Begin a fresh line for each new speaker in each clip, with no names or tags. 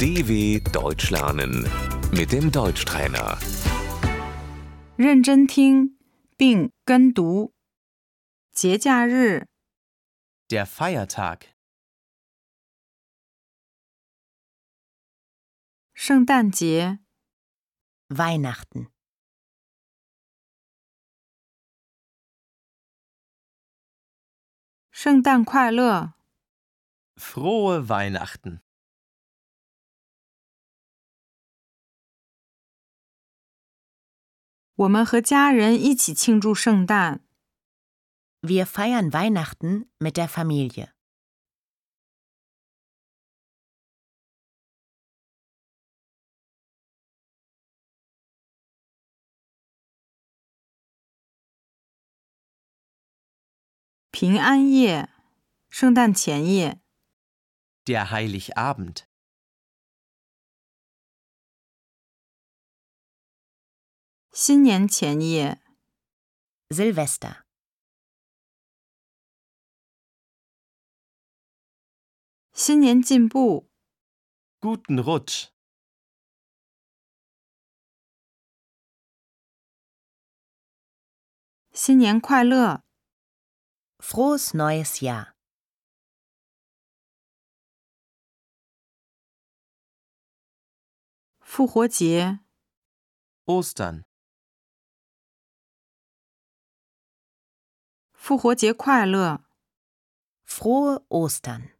DW Deutsch lernen mit dem Deutschtrainer.
认真听并跟读。节假日、
Der Feiertag,
圣诞节、
Weihnachten,
圣诞快乐、
frohe Weihnachten,
我们和家人一起庆祝圣诞。
wir feiern Weihnachten mit der Familie.
“平安夜”、“圣诞前夜
der Heiligabend, ”、
“新年前夜
Silvester, ”、
“新年进步
guten Rutsch, ”、
“新年快乐
frohes neues Jahr, ”、
“复活节
Ostern, ”、
“复活节快乐
frohe Ostern, ”、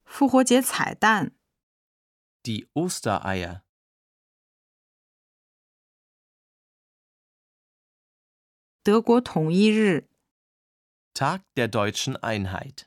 “复活节彩蛋
die Ostereier, ”、
“德国统一日
Tag der deutschen Einheit, ”、